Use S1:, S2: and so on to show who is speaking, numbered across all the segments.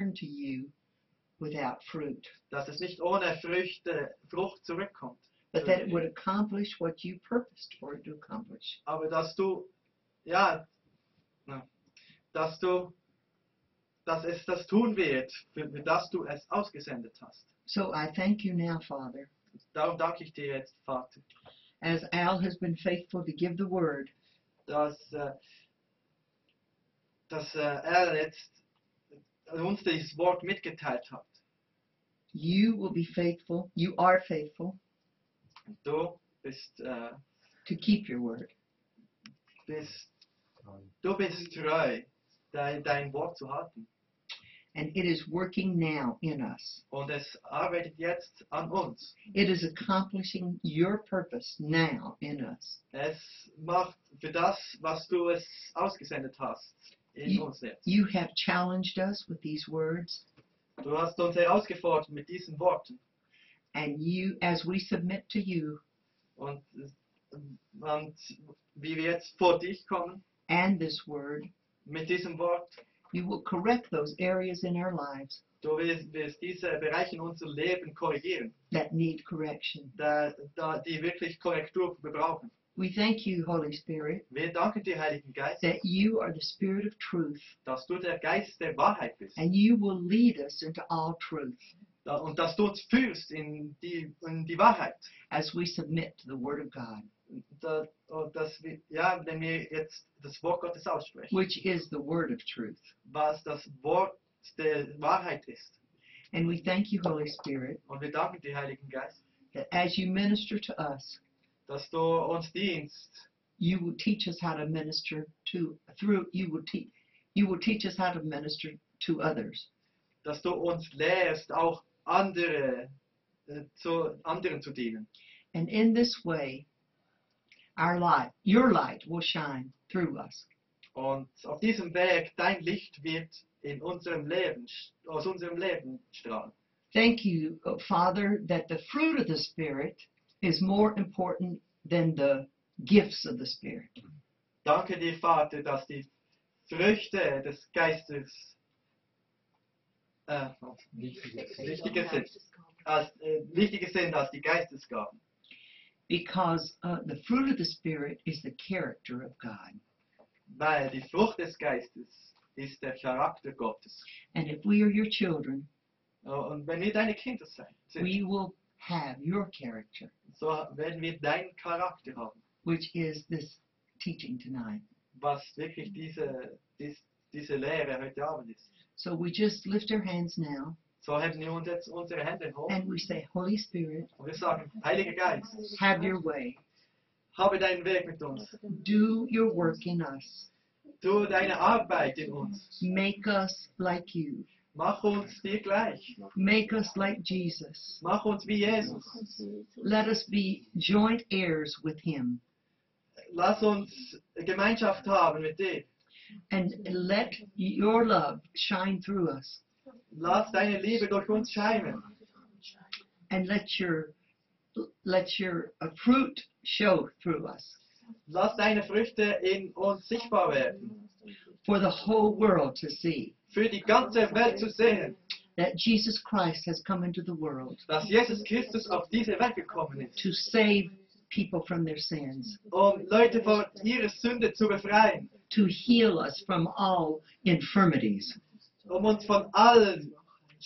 S1: return to you without fruit,
S2: dass es nicht ohne Früchte, Frucht zurückkommt,
S1: but that it would accomplish what you purposed for it to accomplish.
S2: aber dass du, ja, na, dass du, dass es das tun wird, für, für das du es ausgesendet hast.
S1: So I thank you now, Father,
S2: Darum danke ich dir jetzt, Vater,
S1: as Al has been faithful to give the word,
S2: dass, äh, dass äh, er jetzt uns dieses Wort mitgeteilt hat.
S1: you will be faithful, you are faithful
S2: Du bist, äh,
S1: to keep your word.
S2: bist, du bist treu, dein, dein Wort zu halten.
S1: And it is working now in us.
S2: Und es arbeitet jetzt an uns.
S1: It is accomplishing your purpose now in us.
S2: Es macht für das, was du es ausgesendet hast, in
S1: Ja.
S2: uns jetzt.
S1: You have challenged us with these words,
S2: Du hast uns herausgefordert mit diesen Worten.
S1: and you, as we submit to you
S2: Und, und wie wir jetzt vor dich kommen
S1: and this word,
S2: mit diesem Wort,
S1: you will correct those areas in our lives
S2: du wirst, wirst diese Bereiche in unserem Leben korrigieren,
S1: that need correction.
S2: da, da die wirklich Korrektur brauchen.
S1: We thank you, Holy Spirit,
S2: Wir danken dir, Heiligen Geist,
S1: that you are the Spirit of truth,
S2: dass du der Geist der Wahrheit bist
S1: and you will lead us into all truth
S2: Da- und dass du uns führst in die, in die Wahrheit.
S1: as we submit to the Word of God,
S2: Da, und dass wir, ja, wenn wir jetzt das Wort Gottes aussprechen.
S1: which is the Word of truth.
S2: was das Wort der Wahrheit ist.
S1: And we thank you, Holy Spirit,
S2: Und wir danken dir, Heiligen Geist,
S1: that as you minister to us,
S2: dass du uns dienst.
S1: you will teach us how to minister to through you will teach you will teach us how to minister to others
S2: Dass du uns lehrst, auch andere äh, zu anderen zu dienen.
S1: and in this way our light your light will shine through us
S2: Und auf diesem Weg dein Licht wird in unserem Leben, sch- aus unserem Leben strahlen.
S1: thank you oh, father that the fruit of the spirit is more important than the gifts of the spirit
S2: Danke dir, Vater, dass die Früchte des Geistes äh, wichtiger sind, als, äh, wichtiger sind als die Geistesgaben.
S1: because uh, the fruit of the spirit is the character of god
S2: Weil die Frucht des Geistes ist der Charakter Gottes. Oh,
S1: and if we are your children
S2: Und wenn wir deine Kinder sein- sind,
S1: we will have your character
S2: so werden wir deinen Charakter haben,
S1: which is this teaching tonight
S2: was wirklich diese, dies, diese Lehre heute Abend ist.
S1: So we just lift our hands now
S2: So heben wir uns jetzt unsere Hände hoch
S1: and we say, Holy Spirit,
S2: und wir sagen, Heiliger Geist,
S1: have your way.
S2: habe deinen Weg mit uns.
S1: Do your work in us.
S2: Tu deine Arbeit in uns.
S1: Make us like you.
S2: Mach uns dir gleich.
S1: Make us like Jesus.
S2: Mach uns wie Jesus.
S1: Let us be joint heirs with him.
S2: Lass uns Gemeinschaft haben mit dir.
S1: And let your love shine through us.
S2: Lass deine Liebe durch uns scheinen.
S1: And let your let your uh, fruit show through us
S2: Lass deine Früchte in uns sichtbar werden.
S1: for the whole world to see
S2: Für die ganze Welt zu sehen.
S1: that Jesus Christ has come into the world
S2: dass Jesus Christus auf diese Welt gekommen ist,
S1: to save people from their sins.
S2: um Leute von ihrer Sünde zu befreien,
S1: to heal us from all infirmities,
S2: um uns von allen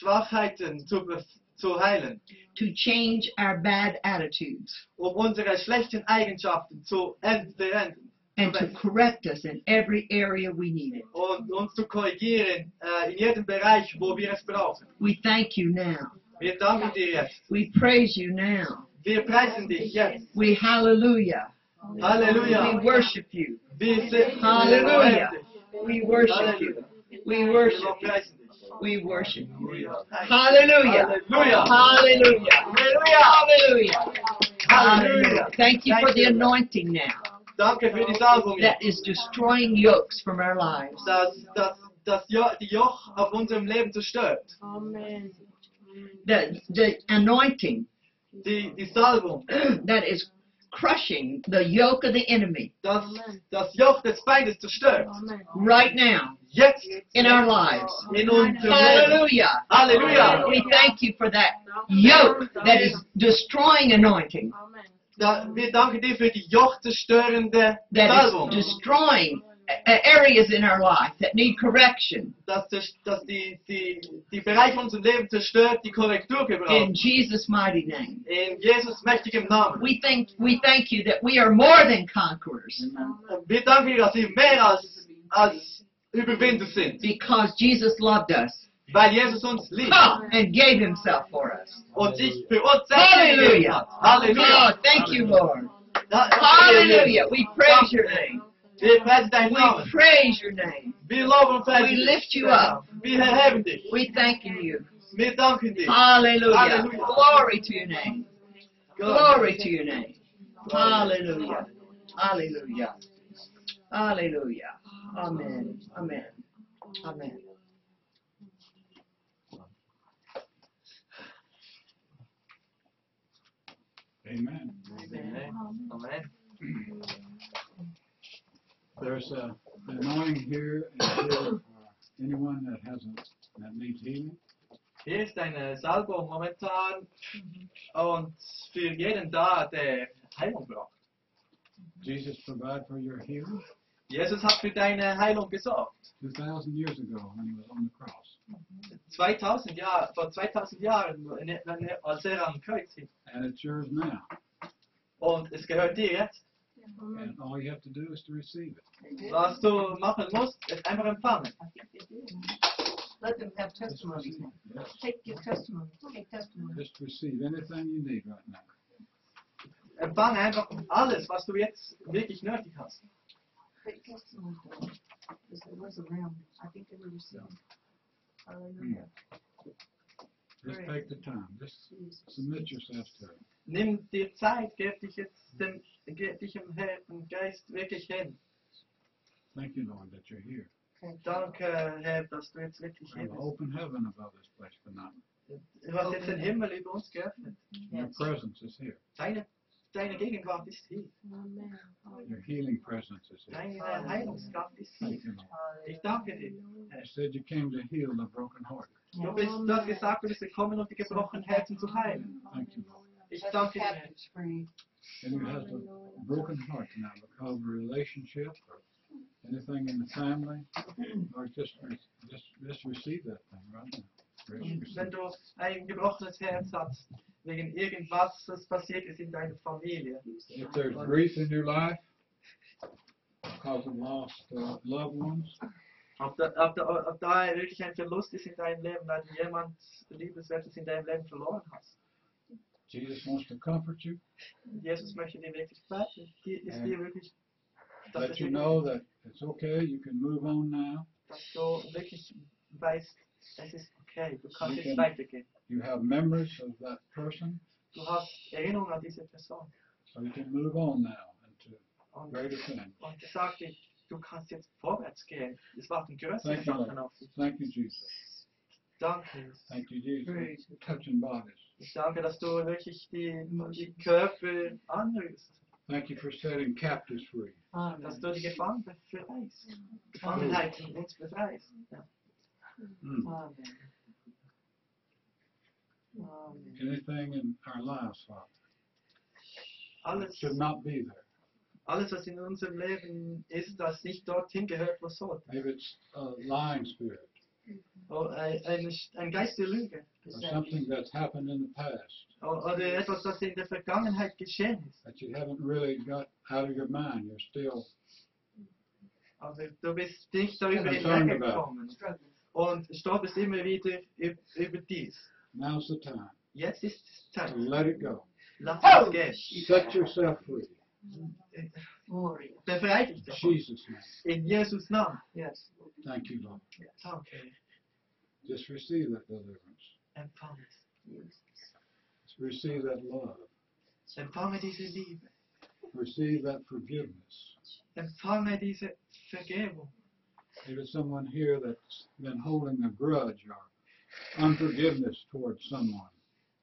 S2: Schwachheiten zu, bef- zu heilen,
S1: to change our bad attitudes,
S2: um unsere schlechten Eigenschaften zu entfernen
S1: and to correct us in every area we need it.
S2: und uns zu korrigieren äh, in jedem Bereich, wo wir es brauchen.
S1: We thank you now.
S2: Wir danken dir jetzt.
S1: We praise you now.
S2: Wir preisen dich jetzt.
S1: We hallelujah.
S2: Halleluja.
S1: We worship you.
S2: Wir sind
S1: Halleluja.
S2: Wir loben dich.
S1: We worship you.
S2: Halleluja.
S1: We
S2: Wir
S1: worship you.
S2: preisen dich.
S1: We worship you.
S2: Halleluja.
S1: Hallelujah.
S2: Halleluja.
S1: Hallelujah. Hallelujah. Hallelujah.
S2: Halleluja.
S1: Thank you for the anointing now
S2: Danke für die Salbung.
S1: that is destroying yokes from our lives.
S2: dass, dass, dass jo die Joch auf unserem Leben zerstört.
S3: Amen.
S1: The, the anointing
S2: Die, die Salbung,
S1: that is crushing the yoke of the enemy
S2: dass
S3: Amen.
S2: das Joch des Feindes zerstört.
S3: Amen.
S1: right now
S2: Jetzt,
S1: in our lives.
S2: in unserem Leben.
S1: Hallelujah.
S2: Halleluja!
S1: We thank you for that yoke that is destroying anointing,
S3: Amen.
S2: Da, wir danken dir für die jochzerstörende
S1: that is
S2: Salbung.
S1: destroying a- a- areas in our life that need correction.
S2: Dass, das- dass die, die, die Bereiche unseres Lebens zerstört, die Korrektur gebraucht.
S1: In Jesus' mighty name.
S2: In Jesus mächtigem Namen.
S1: We thank, we thank you that we are more than conquerors
S2: Wir danken dir, dass wir mehr als, als Überwinder sind.
S1: because Jesus loved us
S2: Weil Jesus uns liebt
S1: Ah, and gave himself for us.
S2: und sich für uns selbst gegeben hat. Halleluja!
S1: Oh, thank you, Lord.
S2: Da-
S1: Hallelujah. We praise your name.
S2: Wir preisen deinen
S1: We
S2: Namen.
S1: praise your name.
S2: Wir loben und preisen
S1: We
S2: dich.
S1: lift you up.
S2: Wir erheben dich.
S1: We thank you.
S2: Wir danken dir.
S1: Hallelujah.
S2: Hallelujah.
S1: Glory to your name. Glory to your name. Hallelujah. Hallelujah. Hallelujah. Amen. Amen. Amen.
S4: Amen.
S2: Amen.
S4: There's a an anointing here and here for anyone that hasn't, that needs healing.
S2: Hier ist eine Salbung momentan und für jeden da, der Heilung braucht.
S4: Jesus provided for your healing
S2: Jesus hat für deine Heilung gesorgt.
S4: two thousand years ago when he was on the cross.
S2: 2000 Jahr, vor 2000 Jahren, wenn er- als er am Kreuz hing.
S4: And it's yours now.
S2: Und es gehört dir jetzt.
S4: And all you have to do is to receive it.
S2: Was du machen musst, ist einfach empfangen.
S5: Let them have
S4: Just
S5: testimonies.
S4: receive it. Yes.
S5: Take your testimony, take testimony.
S4: Just receive anything you need right now.
S2: Empfange einfach alles, was du jetzt wirklich nötig hast.
S5: Take testimony. Because there was around, I think they were receiving. Hallelujah.
S4: Just
S5: Right.
S4: take the time. Just
S5: Jesus.
S4: submit yourself to him.
S2: Nimm dir Zeit, gib dich jetzt dem, gib dich im Herrn Geist wirklich hin.
S4: Thank you, Lord, that you're here.
S5: Thank you.
S2: Danke, Herr, dass du jetzt wirklich
S4: We
S2: hier
S4: have an
S2: bist.
S4: open heaven above this place tonight.
S2: Du hast jetzt den Himmel über uns geöffnet.
S4: Your
S5: Yes.
S4: presence is here.
S2: Deine, deine Gegenwart ist hier.
S3: Amen.
S4: Your healing presence is here.
S2: Deine Heilungskraft ist hier.
S4: Thank you, Lord.
S2: Ich danke dir.
S4: You said you came to heal the brokenhearted.
S2: Du, bist, du hast gesagt, du bist gekommen, um die gebrochenen Herzen zu heilen.
S4: Thank you, Lord.
S2: Ich
S5: Set the
S2: danke dir. Herr.
S5: captives free.
S4: And who has a broken heart tonight because of a relationship or anything in the family, or just, re- just, just receive that thing right now. Just receive
S2: Wenn
S4: it.
S2: du ein gebrochenes Herz hast, wegen irgendwas, was passiert ist in deiner Familie,
S4: If there's grief in your life because of lost uh, loved ones,
S2: ob da, ob, da, ob da wirklich ein Verlust ist in deinem Leben, weil du jemand Liebeswertes in deinem Leben verloren hast.
S4: Jesus wants to comfort you,
S2: Jesus möchte dir wirklich helfen. Die ist dir wirklich, dass,
S4: let
S2: es
S4: you
S2: wirklich-
S4: know that it's okay, you can move on now.
S2: dass du wirklich weißt, es ist okay, du kannst
S4: You
S2: jetzt
S4: can-
S2: weitergehen.
S4: You have memories of that person,
S2: Du hast Erinnerung an diese Person.
S4: so you can move on now into
S2: Und
S4: greater things.
S2: Und er sagte, du kannst jetzt vorwärts gehen. Es warten größere
S4: Thank you,
S2: Sachen
S4: Lord.
S2: auf dich.
S4: Thank you, Jesus.
S2: Danke.
S4: Thank you, Jesus.
S5: Praise
S4: Touching bodies.
S2: Ich danke, dass du wirklich die, die Körper anrührst.
S4: Thank you for setting captives free.
S2: Dass du die Gefangenen befreist. Gefangenheit von halt uns befreist. Ja.
S5: Amen. Amen.
S4: Anything in our lives, Father, that
S2: Alles,
S4: should not be there.
S2: alles, was in unserem Leben ist, das nicht dorthin gehört, wo es soll.
S4: Maybe it's a lying spirit
S2: Oh, ein, ein- ein Geist der Lüge.
S4: or something that's happened in the past
S2: O- Oder etwas, das in der Vergangenheit geschehen ist.
S4: that you haven't really got out of your mind. You're still
S2: Aber du bist nicht darüber
S4: Ja, schauen wir mal.
S2: hinweggekommen. Und stolperst immer wieder üb- über dies.
S4: now's the time
S2: Jetzt ist es Zeit.
S4: to let it go. Oh!
S2: Lass es gehen.
S4: Set yourself free.
S5: Glory.
S2: Befreit äh, dich
S4: In
S2: davon.
S4: Jesus' name.
S2: In Jesus' Namen.
S5: Yes.
S4: Thank you, Lord.
S2: Danke.
S4: Just receive that deliverance.
S2: Empfange es.
S4: Just receive that love.
S2: Empfange diese Liebe.
S4: Receive that forgiveness.
S2: Empfange diese Vergebung.
S4: Maybe there's someone here that's been holding a grudge or unforgiveness towards someone.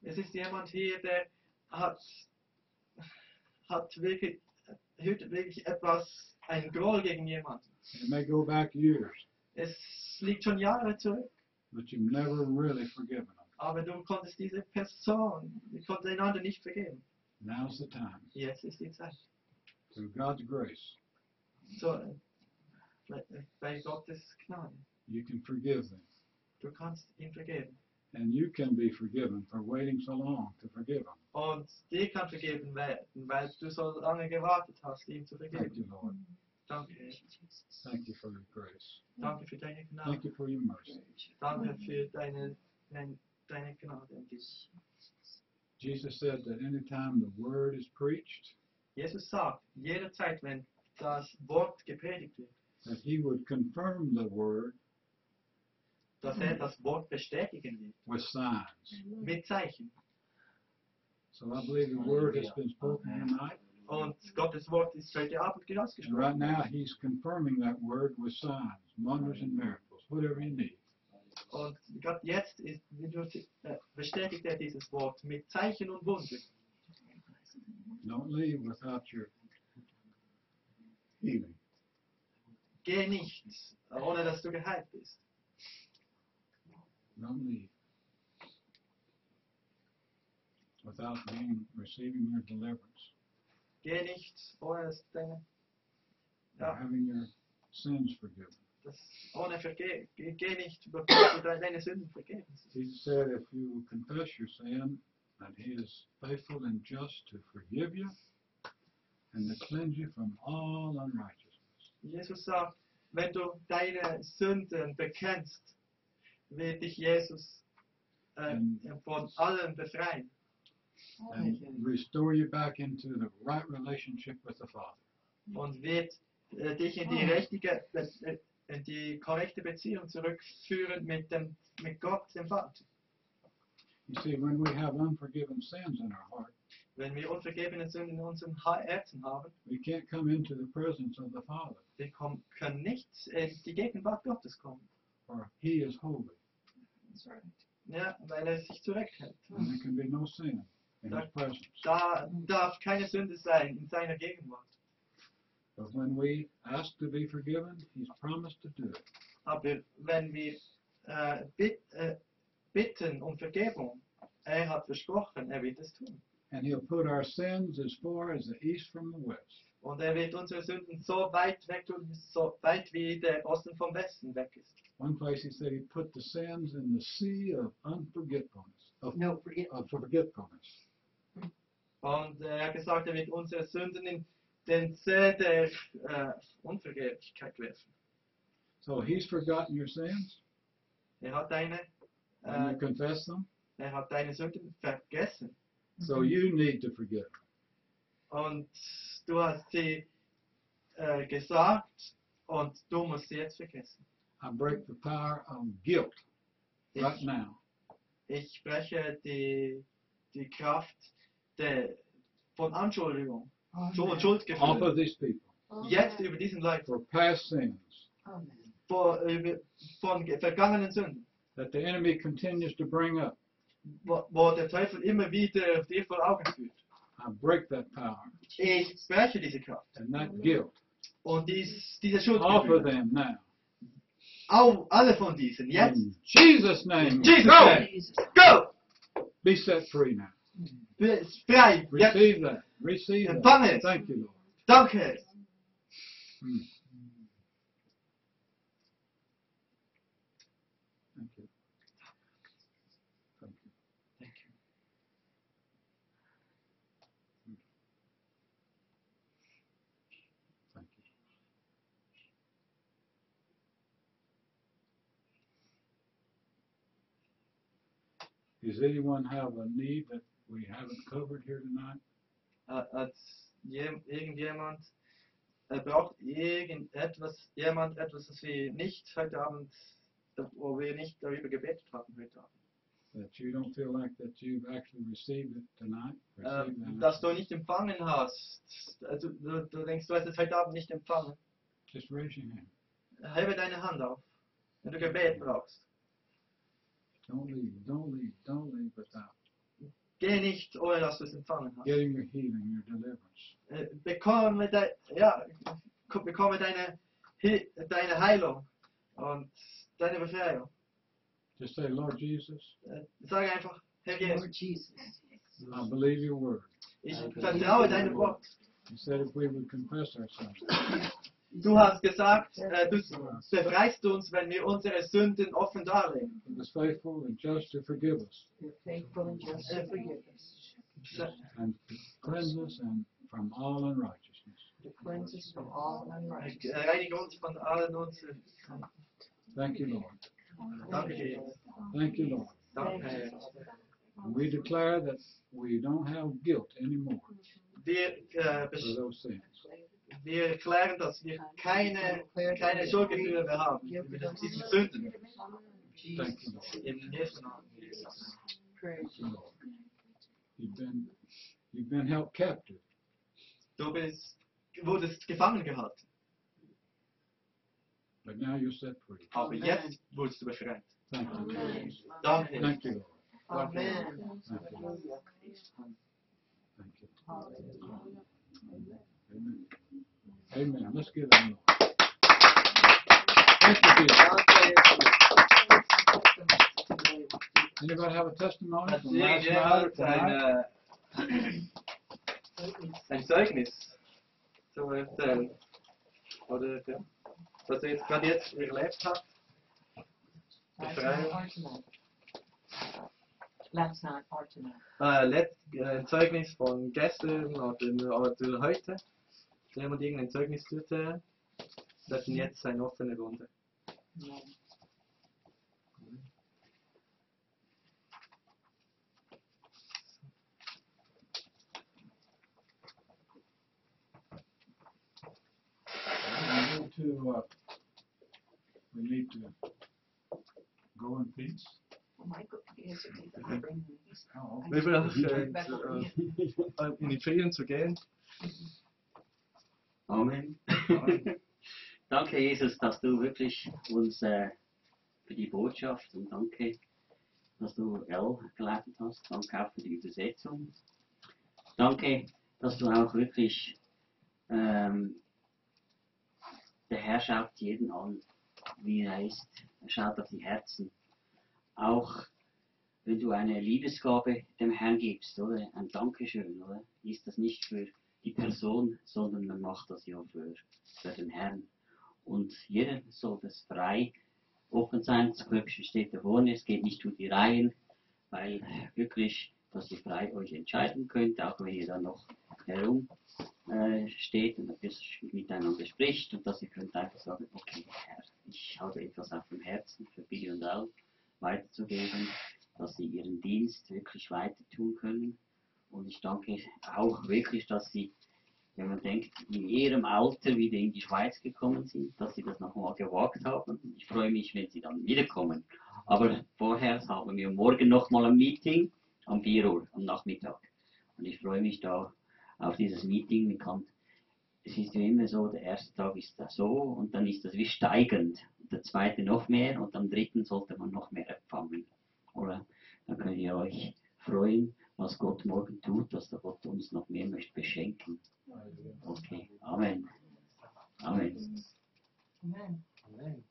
S2: Es ist jemand hier, der hat, hat wirklich, hütet wirklich etwas, einen Groll gegen jemanden.
S4: It may go back years,
S2: Es liegt schon Jahre zurück,
S4: but you've never really forgiven them.
S2: aber du konntest diese Person, du konntest einander nicht vergeben.
S4: Now's the time,
S2: Jetzt ist die Zeit.
S4: through God's grace,
S2: So, äh, bei- äh, bei Gottes Gnade.
S4: you can forgive them.
S2: Du kannst ihm vergeben.
S4: And you can be forgiven for waiting so long to forgive them.
S2: Und dir kann vergeben werden, weil du so lange gewartet hast, ihm zu
S4: Thank
S2: vergeben.
S4: you, Lord.
S2: Danke.
S4: Thank you for your grace.
S2: Danke für deine Gnade.
S4: Thank you for your mercy.
S2: Danke für deine, dein- deine Gnade an dich.
S4: Jesus said that anytime the word is preached,
S2: Jesus sagt, jederzeit, wenn das Wort gepredigt wird,
S4: that he would confirm the word
S2: dass er das Wort bestätigen wird.
S4: with signs.
S2: Mit Zeichen.
S4: So I believe the word has been spoken tonight.
S2: Und Gottes Wort ist heute Abend genau
S4: And right
S2: ausgesprochen.
S4: now, he's confirming that word with signs, wonders, and miracles, whatever you need.
S2: Und gerade jetzt ist, äh, bestätigt er dieses Wort mit Zeichen und Wunder.
S4: Don't leave without your healing.
S2: Geh nicht, ohne dass du geheilt bist.
S4: Don't leave without being receiving your deliverance,
S2: Geh nicht, ohne dass deine,
S4: or
S2: ja,
S4: having your sins forgiven.
S2: das, ohne Verge geh, geh nicht, bevor du de- deine Sünden vergebens.
S4: Jesus said, if you confess your sin, that he is faithful and just to forgive you and to cleanse you from all unrighteousness.
S2: Jesus sagt, wenn du deine Sünden bekennst, wird dich Jesus äh, von allem befreien
S4: And restore you back into the right relationship with the Father.
S2: und wird äh, dich in die richtige, äh, in die korrekte Beziehung zurückführen mit dem, mit Gott, dem Vater.
S4: You see, when we have unforgiven sins in our heart,
S2: Wenn wir unvergebene Sünden in unserem Herzen haben,
S4: we can't come into the presence of the Father,
S2: wir kommen, können nicht in die Gegenwart Gottes kommen.
S4: for he is holy,
S2: Ja, weil er sich zurückhält.
S4: and there can be no sin in his presence.
S2: Da darf keine Sünde sein in seiner Gegenwart.
S4: But when we ask to be forgiven, he's promised to do it.
S2: Aber wenn wir äh, bit, äh, bitten um Vergebung, er hat versprochen, er wird es tun.
S4: And he'll put our sins as far as the east from the west.
S2: Und er wird unsere Sünden so weit weg tun, so weit wie der Osten vom Westen weg ist.
S4: One place he said he put the sins in the sea of unforgetfulness, of,
S1: No, forget.
S4: of forgetfulness.
S2: Und äh, er hat gesagt, er wird unsere Sünden in den See der äh, Unvergeblichkeit werfen.
S4: So he's forgotten your sins
S2: Er hat deine,
S4: and
S2: äh,
S4: you confess them.
S2: er hat deine Sünden vergessen. Mm-hmm.
S4: So you need to forgive.
S2: Und du hast sie äh, gesagt und du musst sie jetzt vergessen.
S4: I break the power of guilt right
S2: Ich,
S4: now.
S2: ich breche die, die Kraft der, von Anschuldigung, Schuld, und
S4: Off
S2: Schuldgefühl,
S4: of these people
S2: jetzt über diesen Leib,
S4: for past sins
S2: vor, über, von ge- vergangenen Sünden,
S4: that the enemy continues to bring up.
S2: wo, wo der Teufel immer wieder dir vor Augen führt.
S4: I break that power
S2: Ich breche diese Kraft
S4: and
S2: Mm-hmm.
S4: that guilt
S2: und dies, diese
S4: off of
S2: Schuldgefühle,
S4: them now.
S2: auf alle von diesen, jetzt,
S4: In Jesus' name,
S2: in Jesus'
S4: go!
S2: name, go!
S4: Be set free now.
S2: Be- Frei, jetzt,
S4: Receive that. Receive
S2: Empfange
S4: that.
S2: es.
S4: Thank you, Lord.
S2: danke!
S4: Thank you. Thank you.
S2: Thank you.
S4: Thank you. Does anyone have a need that we haven't covered here tonight?
S2: Äh, hat jem- irgendjemand, äh, braucht irgendetwas, jemand etwas, das wir nicht heute Abend, äh, wo wir nicht darüber gebetet haben heute Abend.
S4: That you don't feel like that you've actually received it tonight? Received
S2: Ähm,
S4: that?
S2: dass du nicht empfangen hast. Also, du, du denkst, du hast es heute Abend nicht empfangen.
S4: Just raise your hand.
S2: Hebe deine Hand auf, wenn du Gebet brauchst.
S4: Don't leave, don't leave, don't leave without
S2: Geh nicht, ohne dass du es empfangen hast.
S4: getting your healing, your deliverance.
S2: Äh, Bekomme, de ja, ko- bekomme deine, He- deine Heilung und deine Befreiung.
S4: Just say, Lord Jesus,
S2: Äh, Sage einfach, Herr Jesus,
S1: Lord Jesus.
S4: I believe your word.
S2: ich vertraue deinem Wort.
S4: You said if we would confess our sins,
S2: Du hast gesagt, äh, du befreist uns, wenn wir unsere Sünden offen darlegen.
S4: He was faithful and just to forgive us
S5: You're faithful and just to forgive us,
S4: and to cleanse us and from all unrighteousness.
S5: to cleanse us from all
S2: Äh,
S5: unrighteousness.
S2: Reinige uns von allen unseren.
S4: Thank you, Lord.
S2: Danke, Jesus.
S4: Thank you, Lord.
S2: Danke, Herr.
S4: We declare that we don't have guilt anymore
S2: Wir, äh,
S4: for
S2: besch-
S4: those sins.
S2: wir erklären, dass wir keine, keine Schuldgefühle mehr haben. Über diese Sünden.
S4: Thank you, Lord.
S2: Im Jesu Namen, Jesus.
S5: Praise
S4: Thank you, Lord. You've been, you've been held captive.
S2: Du bist, wurdest gefangen gehalten,
S4: But now you're set free.
S2: aber
S5: Amen.
S2: jetzt wurdest du befreit.
S4: Thank you, Jesus.
S2: Danke.
S4: Thank you, Lord.
S5: Amen.
S4: Thank you, Lord.
S5: Hallelujah.
S4: Thank you. Amen. Amen. Let's give them. a- Thank you, Jesus. Anybody have a testimony
S2: Hat
S4: from last night or
S2: irgendjemand
S4: tonight?
S2: ein, äh, ein Zeugnis zu erzählen? Oder ja, was er jetzt gerade jetzt erlebt hat?
S5: Last night or tonight? Last night or tonight?
S2: Äh, letzt, äh, ein Zeugnis von gestern oder, oder heute? Jemand irgendein Zeugnis zu erzählen? Das sind jetzt eine offene Runde.
S5: No.
S4: We need to, uh, we need to go in peace.
S5: Michael, yes, it is. I bring him. He's-
S4: How-
S2: Wir
S4: Mhm.
S2: brauchen
S5: Right
S2: äh,
S5: back
S2: zu,
S5: over
S2: äh,
S5: here.
S2: in die Ferien zu gehen.
S3: Amen. Danke, Jesus, dass du wirklich uns äh, für die Botschaft und danke, dass du L geleitet hast. Danke auch für die Übersetzung. Danke, dass du auch wirklich ähm, der Herr schaut jeden an, wie er ist. Er schaut auf die Herzen. Auch wenn du eine Liebesgabe dem Herrn gibst, oder? Ein Dankeschön, oder? Ist das nicht für die Person, sondern man macht das ja für, für den Herrn. Und jeder soll das frei offen sein. Das Glöckchen steht da vorne, es geht nicht durch die Reihen, weil wirklich, dass ihr frei euch entscheiden könnt, auch wenn ihr da noch herum äh, steht und ein bisschen miteinander spricht und dass ihr könnt einfach sagen, okay Herr, ich habe etwas auf dem Herzen für Bill und Al weiterzugeben, dass sie ihren Dienst wirklich weiter tun können. Und ich danke auch wirklich, dass sie, wenn man denkt, in ihrem Alter wieder in die Schweiz gekommen sind, dass sie das nochmal gewagt haben. Ich freue mich, wenn sie dann wiederkommen. Aber vorher haben wir morgen nochmal ein Meeting um 4 Uhr am Nachmittag. Und ich freue mich da auf dieses Meeting. Man kann, es ist ja immer so, der erste Tag ist das so und dann ist das wie steigend. Und der zweite noch mehr und am dritten sollte man noch mehr empfangen. Oder dann könnt ihr euch freuen, was Gott morgen tut, dass der Gott uns noch mehr möchte beschenken. Okay, Amen. Amen.
S5: Amen.
S2: Amen.